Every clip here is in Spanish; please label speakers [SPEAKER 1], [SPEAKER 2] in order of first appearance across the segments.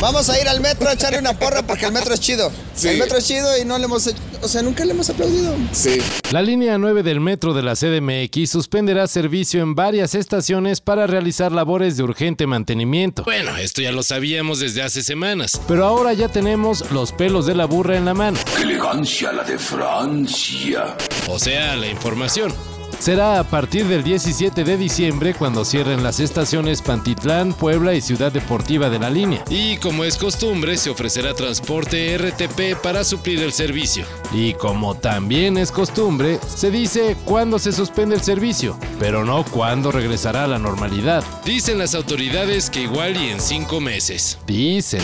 [SPEAKER 1] Vamos a ir al metro a echarle una porra porque el metro es chido.
[SPEAKER 2] Sí.
[SPEAKER 1] El metro es chido y no le hemos... hecho- O sea, nunca le hemos aplaudido.
[SPEAKER 2] Sí.
[SPEAKER 3] La línea 9 del metro de la CDMX suspenderá servicio en varias estaciones para realizar labores de urgente mantenimiento. Bueno, esto ya lo sabíamos desde hace semanas. Pero ahora ya tenemos los pelos de la burra en la mano,
[SPEAKER 4] ¡Qué elegancia la de Francia!
[SPEAKER 3] o sea, la información. Será a partir del 17 de diciembre cuando cierren las estaciones Pantitlán, Puebla y Ciudad Deportiva de la línea. Y como es costumbre, se ofrecerá transporte RTP para suplir el servicio. Y como también es costumbre, se dice cuándo se suspende el servicio, pero no cuándo regresará a la normalidad. Dicen las autoridades que igual y en cinco meses. Dicen.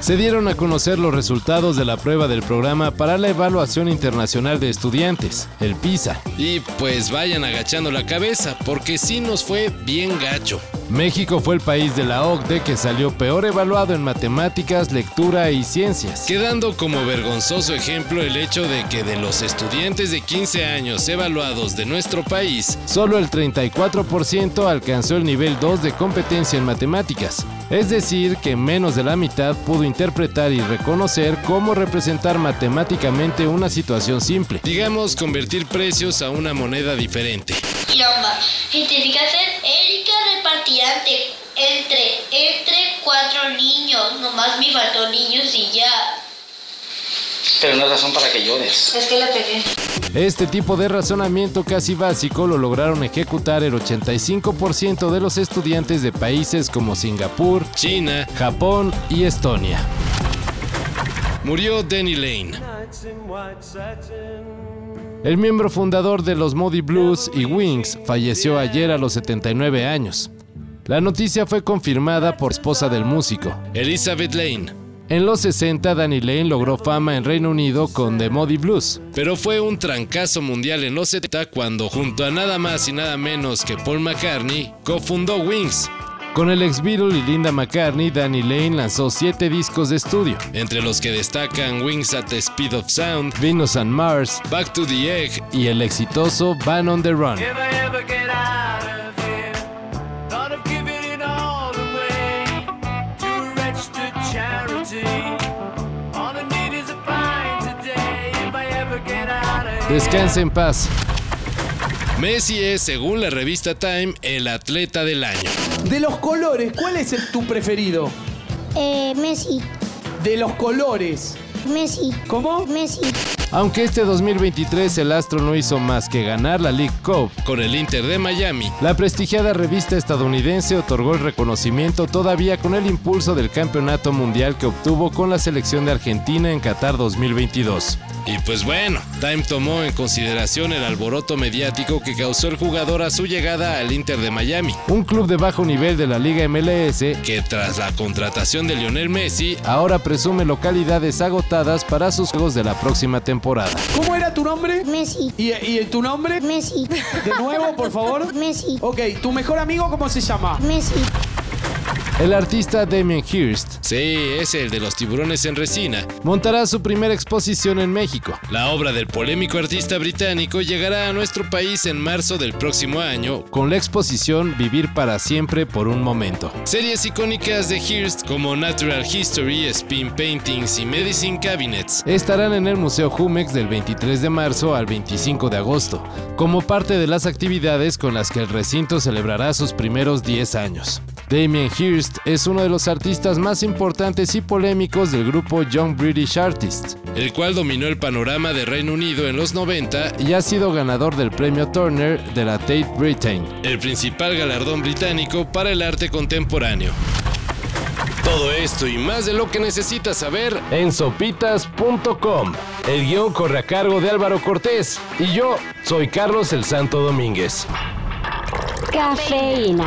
[SPEAKER 3] Se dieron a conocer los resultados de la prueba del programa para la evaluación internacional de estudiantes, el PISA. Y pues vayan agachando la cabeza, porque sí nos fue bien gacho. México fue el país de la OCDE que salió peor evaluado en matemáticas, lectura y ciencias. Quedando como vergonzoso ejemplo el hecho de que de los estudiantes de 15 años evaluados de nuestro país, solo el 34% alcanzó el nivel 2 de competencia en matemáticas. Es decir, que menos de la mitad pudo interpretar y reconocer cómo representar matemáticamente una situación simple. Digamos, convertir precios a una moneda diferente.
[SPEAKER 5] Quilomba. Identificación Erika repartirá entre, entre, entre cuatro niños. Nomás me faltó niños y ya.
[SPEAKER 6] Pero no es razón para que llores.
[SPEAKER 5] Es que la pegué.
[SPEAKER 3] Este tipo de razonamiento casi básico lo lograron ejecutar el 85% de los estudiantes de países como Singapur, China, Japón y Estonia. Murió Danny Lane. El miembro fundador de los Moody Blues y Wings falleció ayer a los 79 años. La noticia fue confirmada por esposa del músico, Elizabeth Lane. En los 60, Danny Lane logró fama en Reino Unido con The Moody Blues, pero fue un trancazo mundial en los 70 cuando, junto a nada más y nada menos que Paul McCartney, cofundó Wings. Con el ex Beatle y Linda McCartney, Danny Lane lanzó siete discos de estudio, entre los que destacan Wings at the Speed of Sound, Venus and Mars, Back to the Egg y el exitoso Van on the Run. Descanse en paz. Messi es, según la revista Time, el atleta del año.
[SPEAKER 7] De los colores, ¿cuál es el- tu preferido?
[SPEAKER 8] Eh, Messi,
[SPEAKER 7] De los colores.
[SPEAKER 8] Messi,
[SPEAKER 7] ¿Cómo?
[SPEAKER 8] Messi.
[SPEAKER 3] Aunque este 2023 el Astro no hizo más que ganar la League Cup con el Inter de Miami, la prestigiada revista estadounidense otorgó el reconocimiento todavía con el impulso del campeonato mundial que obtuvo con la selección de Argentina en Qatar 2022. Y pues bueno, Time tomó en consideración el alboroto mediático que causó el jugador a su llegada al Inter de Miami, un club de bajo nivel de la Liga MLS que tras la contratación de Lionel Messi ahora presume localidades agotadas para sus juegos de la próxima temporada.
[SPEAKER 7] ¿Cómo era tu nombre?
[SPEAKER 8] Messi,
[SPEAKER 7] ¿Y, y tu nombre?
[SPEAKER 8] Messi,
[SPEAKER 7] De nuevo, por favor.
[SPEAKER 8] Messi,
[SPEAKER 7] Ok, ¿tu mejor amigo cómo se llama?
[SPEAKER 8] Messi,
[SPEAKER 3] El artista Damien Hirst, sí, es el de los tiburones en resina, montará su primera exposición en México. La obra del polémico artista británico llegará a nuestro país en marzo del próximo año con la exposición Vivir para siempre por un momento. Series icónicas de Hirst como Natural History, Spin Paintings y Medicine Cabinets estarán en el Museo Jumex del 23 de marzo al 25 de agosto, como parte de las actividades con las que el recinto celebrará sus primeros 10 años. Damien Hirst es uno de los artistas más importantes y polémicos del grupo Young British Artists, el cual dominó el panorama de Reino Unido en los 90 y ha sido ganador del premio Turner de la Tate Britain, el principal galardón británico para el arte contemporáneo. Todo esto y más de lo que necesitas saber en sopitas.com. El guión corre a cargo de Álvaro Cortés y yo soy Carlos el Santo Domínguez.
[SPEAKER 9] Cafeína.